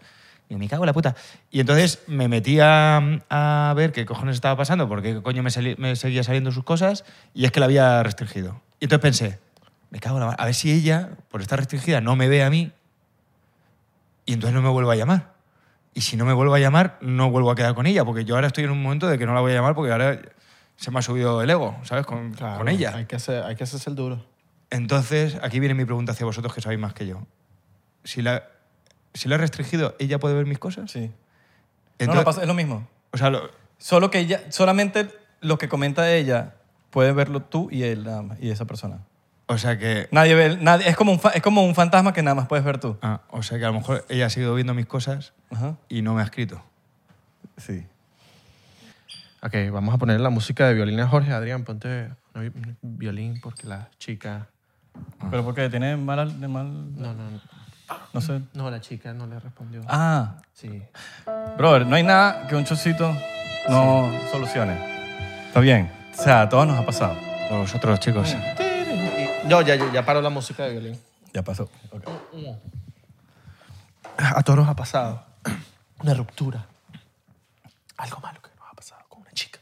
Y yo, me cago en la puta. Y entonces me metí a, a ver qué cojones estaba pasando, porque coño me, sali- me seguía saliendo sus cosas y es que la había restringido. Y entonces pensé, me cago en la ma- A ver si ella, por estar restringida, no me ve a mí y entonces no me vuelvo a llamar. Y si no me vuelvo a llamar, no vuelvo a quedar con ella, porque yo ahora estoy en un momento de que no la voy a llamar porque ahora se me ha subido el ego, ¿sabes? Con, Claro, con ella. Hay que, hacer, hay que hacerse el duro. Entonces, aquí viene mi pregunta hacia vosotros que sabéis más que yo. Si la, si la he restringido, ¿ella puede ver mis cosas? Sí. no, Entonces- no, pasa- es lo mismo. O sea, lo- Solo que ella, solamente lo que comenta ella puede verlo tú y él nada más, y esa persona. o sea que... Nadie ve, nadie, es, como un fa- es como un fantasma que nada más puedes ver tú. ah, o sea que a lo mejor ella ha seguido viendo mis cosas Ajá. y no me ha escrito. Sí. Ok, vamos a poner la música de violín a Jorge. Adrián, ponte no, vi- violín porque la chica... Pero porque tiene mal, al- de mal No, no, no sé. no, la chica no le respondió. Ah, Sí. brother, no hay nada que un chocito no solucione. Está bien. O sea, a todos nos ha pasado. A vosotros, chicos. Ah. No, ya, ya, ya paró la música de violín. Ya pasó. Ok. A todos nos ha pasado una ruptura. Algo malo que nos ha pasado con una chica.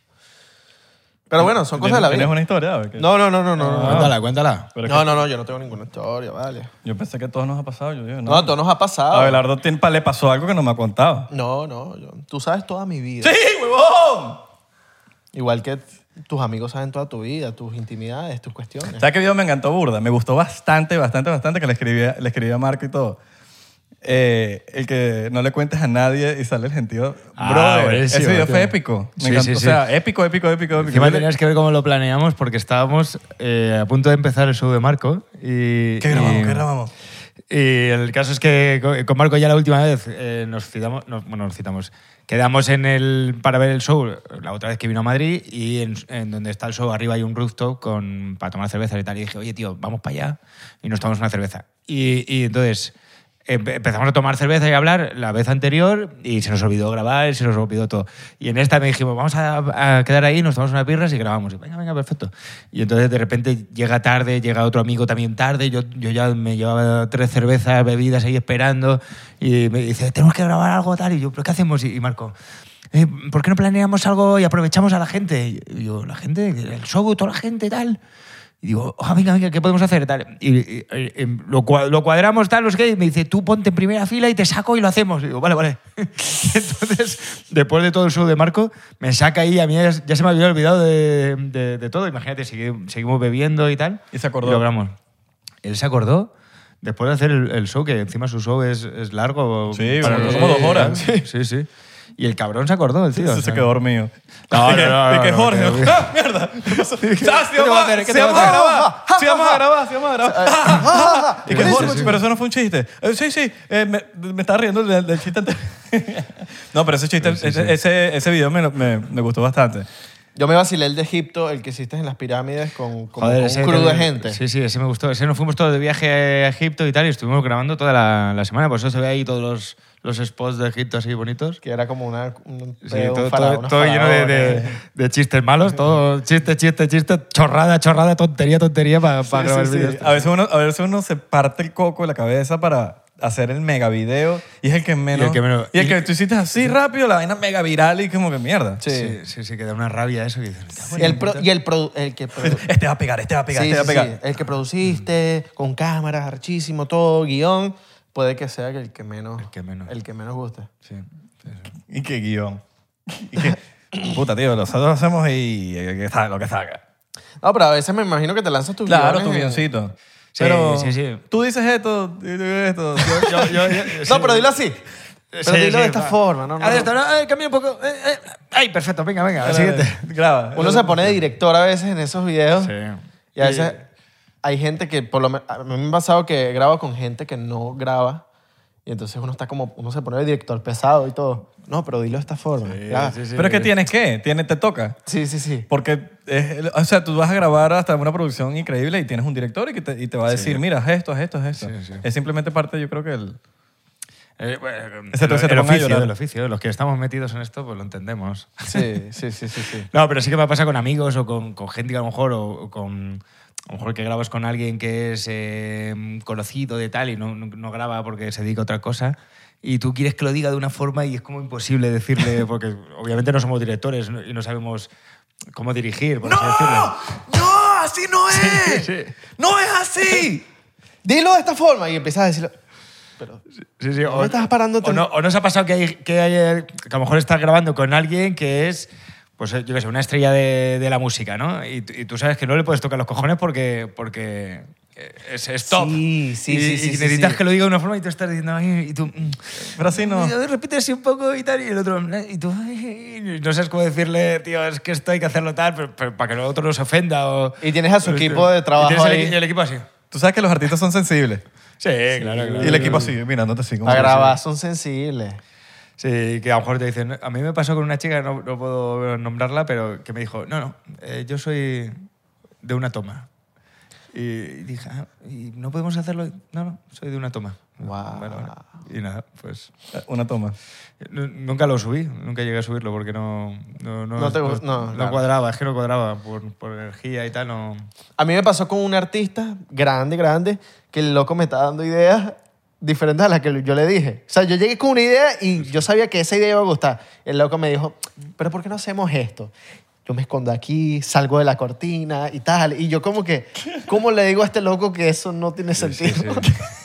Pero bueno, son cosas de la vida. ¿Tienes una historia? A ver, ¿qué? No, no, no, no, no. No, Cuéntala, cuéntala. Pero es no, no, no, yo no tengo ninguna historia, vale. que Yo pensé que a todos nos ha pasado. Yo digo, No, a todos nos ha A pasado. Abelardo tiene- le pasó algo que no me ha contado. No, no, yo- tú sabes toda mi vida. ¡Sí, huevón! Igual que tus amigos saben toda tu vida, tus intimidades, tus cuestiones. ¿Sabes qué video me encantó burda? Me gustó bastante, bastante, bastante que le escribía, le escribía a Marco y todo. Eh, el que no le cuentes a nadie y sale el gentío. Ah, Brother, buenísimo, ese video tío. fue épico. Me Sí, encantó. sí, O sí. sea, épico, épico, épico, épico. Encima tenías que ver cómo lo planeamos porque estábamos eh, a punto de empezar el show de Marco. Y, ¿Qué grabamos? y- ¿Qué grabamos? Y el caso es que co- con Marco ya la última vez eh, nos citamos, nos- bueno, nos citamos, quedamos en el para ver el show la otra vez que vino a Madrid y en, en donde está el show arriba hay un rooftop con, para tomar cerveza y tal. Y dije, oye tío, vamos para allá y nos tomamos una cerveza. Y, y entonces Eh, empe- empezamos a tomar cerveza y a hablar la vez anterior y se nos olvidó grabar, se nos olvidó todo. Y en esta me dijimos, vamos a, a quedar ahí, nos tomamos unas birras y grabamos. Y venga, venga, perfecto. Y entonces de repente llega tarde, llega otro amigo también tarde, yo, yo ya me llevaba tres cervezas, bebidas ahí esperando y me dice, tenemos que grabar algo tal. Y yo, ¿pero qué hacemos? Y, y Marco... "Eh, ¿Por qué no planeamos algo y aprovechamos a la gente? Y yo, la gente, el show, toda la gente, tal. Y digo, "Ah, venga, venga, ¿qué podemos hacer? Tal. Y, y- y- y lo, cua- lo cuadramos, tal, los que, y me dice, tú ponte en primera fila y te saco y lo hacemos. Y digo, vale, vale. Y entonces, después de todo el show de Marco, me saca ahí, a mí ya, ya se me había olvidado de, de- de todo. Imagínate, sigue- seguimos bebiendo y tal. Y se acordó. logramos. Él se acordó. Después de hacer el, el show, que encima su show es, es largo. Sí, para como- los- como dos horas. Sí, sí, sí. Y el cabrón se acordó, el tío. Eso o se sea. quedó dormido. No, no, Dije- no, no, dije, no, Jorge, no, no. ¡ah, mierda! ¿Qué pasó? Ah, sí, te voy vamos a a hacer? ¿Qué sí, te voy a vamos a hacer? grabar. Sí, vamos a grabar, sí, vamos a grabar. Y que Jorge, pero eso no fue un chiste. Eh, sí, sí, eh, me, me estaba riendo del, del chiste anterior. no, pero ese chiste, ese, Ese, ese video me, lo- me, me gustó bastante. Yo me vacilé el de Egipto, el que hiciste en las pirámides con, con, Joder, con ese un crew de también- gente. Sí, sí, ese me gustó. Ese nos fuimos todos de viaje a Egipto y tal, y estuvimos grabando toda la, la semana. Por eso se ve ahí todos los, los spots de Egipto así bonitos. Que era como una. un- Sí, un todo, faraón, todo- unos todo lleno de, de- faraones. de chistes malos, todo chiste, chiste, chiste, chorrada, chorrada, tontería, tontería para Sí, grabar sí, Ah, sí. vídeos. A veces, uno, a veces uno se parte el coco de la cabeza para hacer el mega video y es el que menos. el que menos- y el y- que tú hiciste así rápido, la vaina mega viral y como que mierda. Sí. Sí, sí, sí, que da una rabia eso. Que dices, "Me cago en Y el, pro- y el, produ- el que produ- Este va a pegar, este va a pegar, Sí, este va a sí, pegar. sí. El que produciste, con cámaras, archísimo, todo, guión, puede que sea el que menos, El que menos. el que menos guste. Sí. ¿Y qué guión? ¿Y qué? Puta, tío, nosotros hacemos y y que salga lo que salga. No, pero a veces me imagino que te lanzas tu Claro, guiones tu en- guioncito. Sí, pero sí, sí. Tú dices esto, tú dices esto. Yo, yo- yo- yo- No, pero dilo así. Pero Sí, dilo sí, de esta va. forma. No, no, Haz no. esto, no, eh, cambia un poco. eh, eh. Ay, perfecto, venga, venga, al Dale, siguiente. dale, Graba. Uno se pone de director a veces en esos videos. Y a Y- veces hay gente que, por lo menos, a mí me ha pasado que grabo con gente que no graba. Y entonces uno está como, uno se pone de director pesado y todo. No, pero dilo de esta forma. graba. Sí, sí, sí. Pero es que tienes que, tienes, te toca. sí, sí. Porque, es- o sea, tú vas a grabar hasta una producción increíble y tienes un director y, que te, y te va a decir, mira, haz esto, haz esto, haz esto. Sí, sí. Es simplemente parte, yo creo que el... Eh, bueno, Ese te- Este se te el ponga a oficio, llorar. el oficio. Los que estamos metidos en esto, pues lo entendemos. Sí, sí, sí, sí, sí. No, pero sí que me pasa con amigos o con, con gente que a lo mejor, o, o con, a lo mejor que grabas con alguien que es eh, conocido de tal y no, no- no graba porque se dedica a otra cosa. Y tú quieres que lo diga de una forma y es como imposible decirle, porque obviamente no somos directores ¿no? y no sabemos cómo dirigir. Por así decirlo. ¡No! ¡Así no es! Sí, sí. ¡No es así! Dilo de esta forma. Y empiezas a decirlo. Pero, Sí, sí, No estás parando O tan- no, o no os ha pasado que, hay, que, hay- que a lo mejor estás grabando con alguien que es, pues yo qué sé, una estrella de, de la música, ¿no? Y, tú- y tú sabes que no le puedes tocar los cojones porque, porque eh, es, es top. Sí, sí, y, sí, sí, y sí, necesitas sí. que lo diga de una forma y tú estás diciendo, "Ay", y tú. mm, Pero así no. y yo, repite así un poco y tal, y el otro. "Ay", Y tú. "Ay", y no sabes cómo decirle, tío, es que esto hay que hacerlo tal, pero, pero para que el otro no se ofenda. O, Y tienes a su o- equipo de este, y trabajo tienes el ahí. equi- y el equipo así. Tú sabes que los artistas son sensibles. Sí, claro, claro. Y el equipo así, mirándote así. como a que- grabar son sensibles. Sí, que a lo mejor te dicen, a mí me pasó con una chica, no, no puedo nombrarla, pero que me dijo, no, no, eh, yo soy de una toma. Y dije, "Ah, ¿y no podemos hacerlo? No, no, soy de una toma. Guau. Vale, vale. Y nada, pues Eh, Una toma. nu- nunca lo subí, nunca llegué a subirlo porque no... No, No te gu- pues, no, no claro. cuadraba, es que no cuadraba por, por energía y tal, no... A mí me pasó con un artista grande, grande, que el loco me estaba dando ideas diferentes a las que yo le dije. O sea, yo llegué con una idea y yo sabía que esa idea iba a gustar. El loco me dijo, pero ¿por qué no hacemos esto? Yo me escondo aquí, salgo de la cortina y tal. Y yo como que, ¿cómo le digo a este loco que eso no tiene sentido?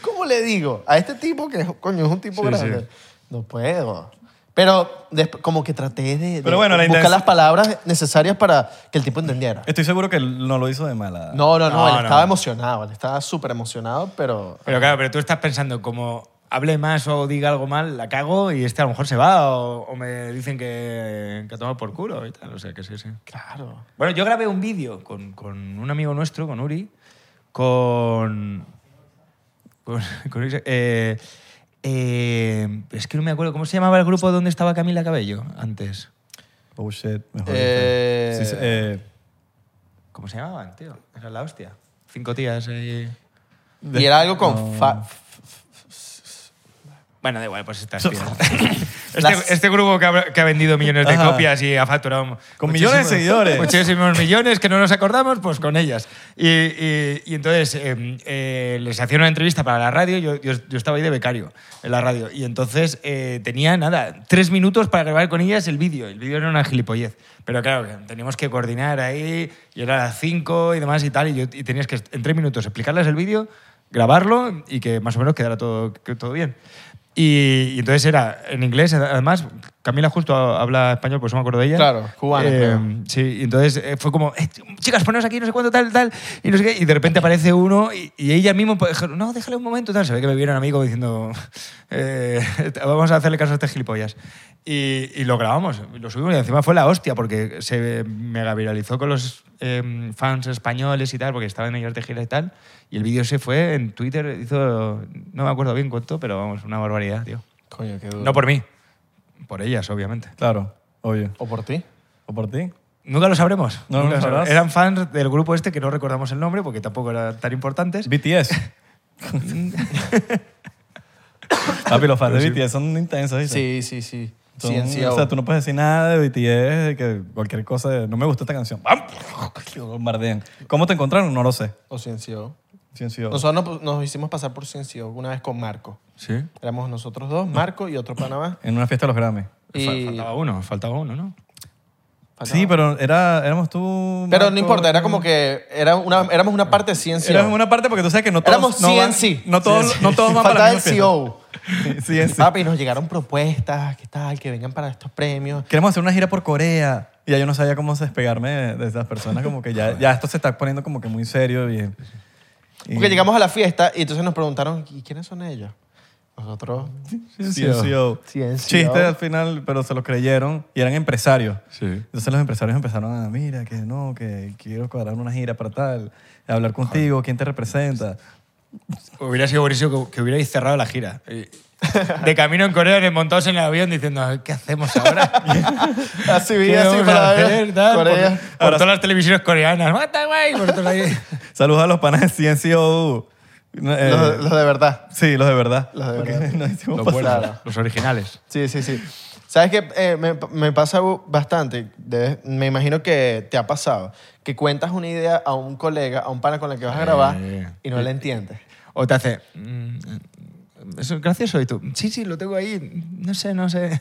¿Cómo le digo a este tipo que, coño, es un tipo Sí, grande? sí. No puedo. Pero desp- como que traté de, de Pero bueno, la buscar intensi- las palabras necesarias para que el tipo entendiera. Estoy seguro que no lo hizo de mala. No, no, no, No, él no. estaba emocionado, él estaba súper emocionado, pero... Pero claro, pero tú estás pensando como hable más o diga algo mal, la cago y este a lo mejor se va o, o me dicen que, que ha tomado por culo y tal, o sea que sí, sí. Claro. Bueno, yo grabé un vídeo con, con un amigo nuestro, con Uri, con... con, con Uri- eh, eh, es que no me acuerdo, ¿cómo se llamaba el grupo donde estaba Camila Cabello antes? Oh, shit. Mejor Eh, dicho. Sí, sí, eh, ¿Cómo se llamaban, tío? Era la hostia. Cinco tías ahí... de- y era algo con... no. fa- f- Bueno, da igual, pues estas So- tías. este, Las- este grupo que ha, que ha vendido millones de Ajá. copias y ha facturado. Con muchísimo- millones de seguidores. Muchísimos millones que no nos acordamos, pues con ellas. Y, y- y entonces eh, eh, les hacía una entrevista para la radio. Yo, yo- yo estaba ahí de becario en la radio. Y entonces eh, tenía nada, tres minutos para grabar con ellas el vídeo. El vídeo era una gilipollez. Pero claro, teníamos que coordinar ahí. Y era a las cinco y demás y tal. Y, yo, y tenías que en tres minutos explicarles el vídeo, grabarlo y que más o menos quedara todo, que todo bien. Y, y entonces era en inglés, además, Camila justo ha- habla español, pues no me acuerdo de ella. Claro, cubana, Eh, creo. Sí, y entonces eh, fue como, "Eh, chicas, poneros aquí, no sé cuánto, tal, tal, y no sé qué, y de repente aparece uno y, y ella mismo, pues, dijo, no, déjale un momento, tal, se ve que me vieron amigo diciendo, "Eh, vamos a hacerle caso a este gilipollas. Y, y lo grabamos, y lo subimos y encima fue la hostia porque se mega viralizó con los eh, fans españoles y tal, porque estaban ellos de gira y tal, y el vídeo se fue en Twitter, hizo, no me acuerdo bien cuánto, pero vamos, una barbaridad, tío. Coño, qué duro. No por mí, por ellas, obviamente. Claro, obvio. ¿O por ti? ¿O por ti? Nunca lo sabremos. No Nunca lo sabrás. Eran fans del grupo este que no recordamos el nombre porque tampoco eran tan importantes. BTS. Papi, los fans de BTS son intensos, Sí, ¿viste? sí, sí. Son- Sí, en sí, o o- sea, tú no puedes decir nada de BTS, de que cualquier cosa, de, no me gustó esta canción. ¡Bam! Bombardean. ¿Cómo te encontraron? No lo sé. E o CNCO. Sí, sí, o- Nosotros nos, nos hicimos pasar por E CNCO una vez con Marco. Sí. Éramos nosotros dos, Marco y otro pana más. En una fiesta de los Grammy. Y- Faltaba uno, faltaba uno, ¿no? faltaba- Sí, pero era, éramos tú. Pero Marco, no importa, era como que era una, éramos una parte de E CNCO. Éramos una parte porque tú sabes que no todos. Éramos E no van- CNC. No todos, no todos van Faltaba para la el E misma fiesta. CO. Sí, es- Papi, nos llegaron propuestas, ¿qué tal? Que vengan para estos premios. Queremos hacer una gira por Corea. Y ya yo no sabía cómo despegarme de, de esas personas, como que ya, ya esto se está poniendo como que muy serio. Y, y- Porque llegamos a la fiesta y entonces nos preguntaron, ¿y quiénes son ellos? Nosotros, CNCO. CNCO. E Chiste al final, pero se lo creyeron y eran empresarios. Sí. Entonces los empresarios empezaron a, mira, que no, que quiero cuadrar una gira para tal, hablar contigo, quién te representa. Hubiera sido buenísimo que, que hubierais cerrado la gira. Y- De camino en Corea, montados en el avión diciendo, "A ver, ¿qué hacemos ahora? así vi, ¿Qué así vamos para a ver. hacer, tal? Corea. Por, por todas las televisiones coreanas. "What the way?" Vosotros ahí. Saludos a los panas de CNCO. Eh, Los, los de verdad. Sí, los de verdad. Los de Porque verdad. nos hicimos Los pasar. buenos, Claro. los originales. Sí, sí, sí. ¿Sabes qué? Eh, me, me pasa bastante, de- me imagino que te ha pasado, que cuentas una idea a un colega, a un pana con el que vas a grabar Eh. y no la entiendes. O te hace. "Mm, Eso es gracioso. Y tú, sí, sí, lo tengo ahí. No sé, no sé.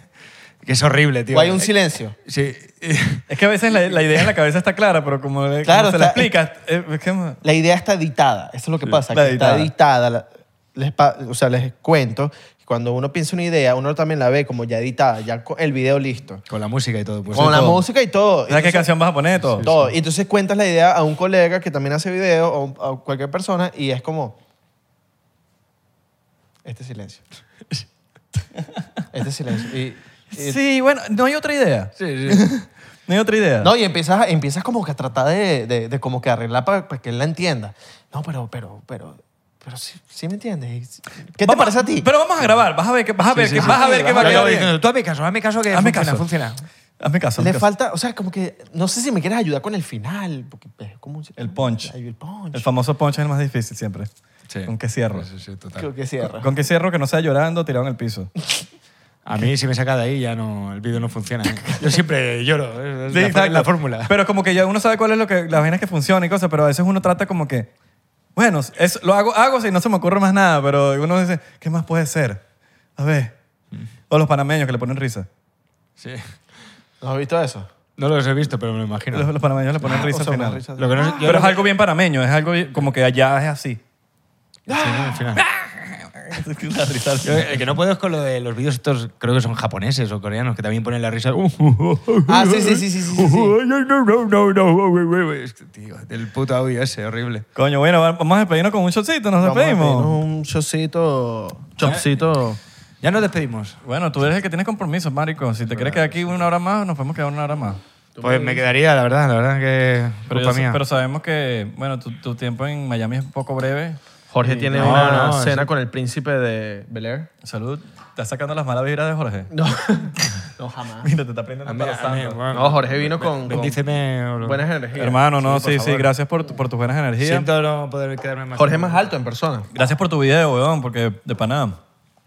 Que es horrible, tío. Eh, O hay un silencio. Sí. Es que a veces la, la idea en la cabeza está clara, pero como, le- Claro, como se la está- explicas, eh, es que ma- La idea está editada, eso es lo que pasa, la que está editada. editada. la- les pa- o sea, les cuento, que cuando uno piensa una idea, uno también la ve como ya editada, ya con el video listo. Con la música y todo. Pues, con la todo. música y todo. ¿sabes qué Entonces- canción vas a poner? Todo. Todo. Y entonces cuentas la idea a un colega que también hace video o un- a cualquier persona y es como. Este silencio. Este silencio. Y, y- Sí, bueno, no hay otra idea. Sí, sí. No hay otra idea. No, y empiezas, empiezas como que a tratar de, de- de como que arreglar para, que él la entienda. No, pero, pero, pero, pero sí, sí me entiendes. ¿Qué te Vamos- parece a ti? Pero vamos a grabar, vas a ver que vas a ver, que, vas a ver que va a Yo quedar acabo bien. diciendo, tú hazme caso, hazme caso que Hazme funciona, caso. funciona. Hazme caso. hazme Le caso. falta, o sea, como que, no sé si me quieres ayudar con el final. Porque es como un- El punch. Ay, el punch. El famoso ponche es el más difícil siempre. Sí. ¿Con qué cierro? Sí, sí, total. Creo que cierra. ¿Con qué cierro que no sea llorando tirado en el piso? A mí, si me saca de ahí, ya no. El vídeo no funciona. ¿eh? Yo siempre lloro. ¿eh? Es Sí, la, exacto. la fórmula. Pero como que ya uno sabe cuál es lo que, las vainas que funcionan y cosas, pero a veces uno trata como que, bueno, es, lo hago, hago si no se me ocurre más nada, pero uno dice, ¿qué más puede ser? A ver. Mm. O los panameños que le ponen risa. Sí. ¿No has visto eso? No los he visto, pero me lo imagino. Los, ¡Ah! los panameños le ponen risa Ah, O sea, al una final. risa- Lo que no sé- yo Pero lo es que- algo bien panameño, es algo bien- como que allá es así. Sí, al final. La risa al Yo, final. el que no puedo es con lo de los vídeos estos, creo que son japoneses o coreanos, que también ponen la risa. Ah, sí, sí, sí, sí, sí, sí, sí. No, no, no, no. Es que, tío, el puto audio ese, horrible. Coño, bueno, va- vamos a despedirnos con un shotcito, nos Vamos a despedimos. pedirnos un chocito. Chocito. Ya nos despedimos. Bueno, tú eres el que tienes compromisos, marico. Si te quieres quedar aquí una hora más, nos podemos quedar una hora más. Pues me quedaría, la verdad, la verdad que. Pero, culpa yo- mía. pero sabemos que, bueno, tu, tu tiempo en Miami es un poco breve. Jorge tiene no, una no, cena sí. con el príncipe de Bel Air. Salud. ¿Estás sacando las malas vibras de Jorge? No, no jamás. Mira, te está prendiendo A mí- para a mí, santo. bueno, No, Jorge vino con, con Bendíceme. o lo- buenas energías. Hermano, no, sí, por sí, favor. gracias por, tu- por tus buenas energías. Siento no poder quedarme más. Jorge es más alto en persona. Gracias por tu video, weón, porque de Panamá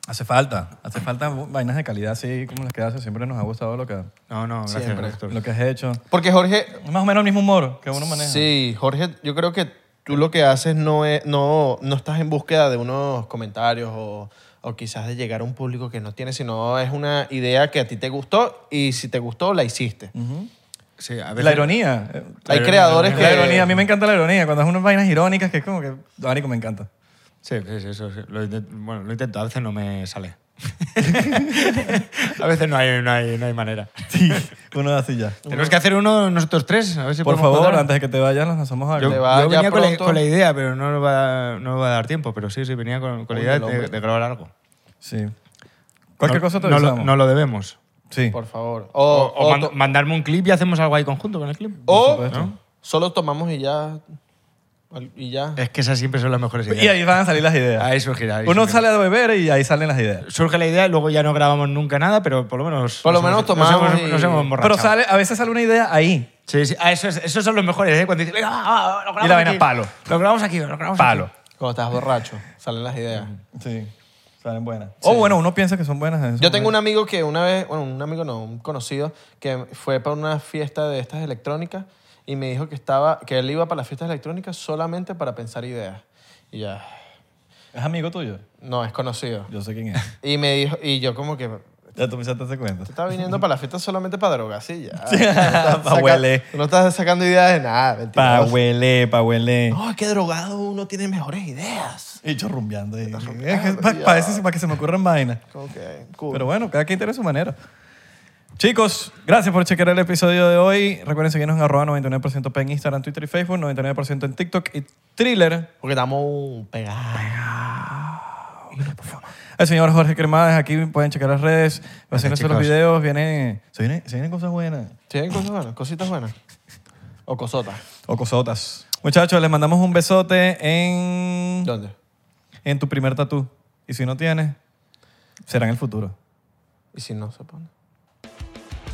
hace falta. Hace falta vainas de calidad así como las que haces. Siempre nos ha gustado lo que, No, no, gracias. Siempre. Héctor. lo que has hecho. Porque Jorge, Es más o menos el mismo humor que uno maneja. sí, Jorge, yo creo que tú lo que haces no es, no, no estás en búsqueda de unos comentarios o, o quizás de llegar a un público que no tiene, sino es una idea que a ti te gustó y si te gustó, la hiciste. Sí, a veces- La ironía. eh, Hay Pero- creadores Es la que... ironía, a mí me encanta la ironía. Cuando es unas vainas irónicas que es como que, marico, me encanta. Sí, sí, sí, eso. sí. Lo intent- bueno, lo intento, a veces no me sale. a veces no hay, no hay, no hay manera. Sí, uno así ya. Tenemos que hacer uno nosotros tres, a ver si Por podemos favor, cuadrar. antes de que te vayas, nos lanzamos a... Yo, Te va yo ya venía con la, pronto. con la idea, pero no nos va, no nos va a dar tiempo. Pero sí, sí, venía con, con la Uy, idea el de, hombre. de grabar algo. Sí. Cualquier No- cosa te no lo, avisamos. no lo debemos. sí. Por favor. O, O, o o mand- to- mandarme un clip y hacemos algo ahí conjunto con el clip. O supuesto. ¿no? solo tomamos y ya. al- Y ya. Eh. Es que esas siempre son las mejores Y ideas. ahí van a salir las ideas. Ahí surgirá. ahí uno surgirá. sale a beber y ahí salen las ideas. Surge la idea, luego ya no grabamos nunca nada, pero por lo menos. Por lo nos menos hemos- nos tomamos hemos- y- Nos hemos emborrachado. Pero sale, a veces sale una idea ahí. Sí, sí. Ah, eso es- esos son los mejores, ¿eh? Cuando dices, venga, va, va, va, lo grabamos Y la vaina, aquí. palo. Lo grabamos aquí, lo grabamos Palo. aquí. Cuando estás borracho, salen las ideas. Sí. Salen buenas. O bueno, uno piensa que son buenas. en ese Yo tengo un momento. amigo que una vez, bueno, un amigo no, un conocido, que fue para una fiesta de estas electrónicas y me dijo que estaba, que él iba para las fiestas electrónicas solamente para pensar ideas. Y ya, ¿Es amigo tuyo? no, es conocido. Yo sé quién es. Y me dijo, y yo como que, Ya tú me sacaste cuenta. Tú estás viniendo para la fiesta solamente para drogas, sí, ya. Sí, Tú no estás pa' saca- huele. tú No estás sacando ideas de nada, Pa' mentira. huele, pa' huele. No, es que drogado uno tiene mejores ideas. Y yo rumbeando. ahí. rumbeando, para ya. que se me ocurran vainas. Ok, cool. Pero bueno, cada quien tiene su manera. Chicos, gracias por chequear el episodio de hoy. Recuerden seguirnos en arroba 99% P en Instagram, Twitter y Facebook, 99% en TikTok y Thriller. Porque estamos pegados. El señor Jorge Cremades, aquí pueden checar las redes, va haciendo los chicos. videos, viene, se, viene, se vienen cosas buenas. ¿Tienen cosas buenas? ¿Cositas buenas? ¿O cosotas? O cosotas. Muchachos, les mandamos un besote en, ¿Dónde? en tu primer tatú. Y si no tienes, será en el futuro. ¿Y si no se pone?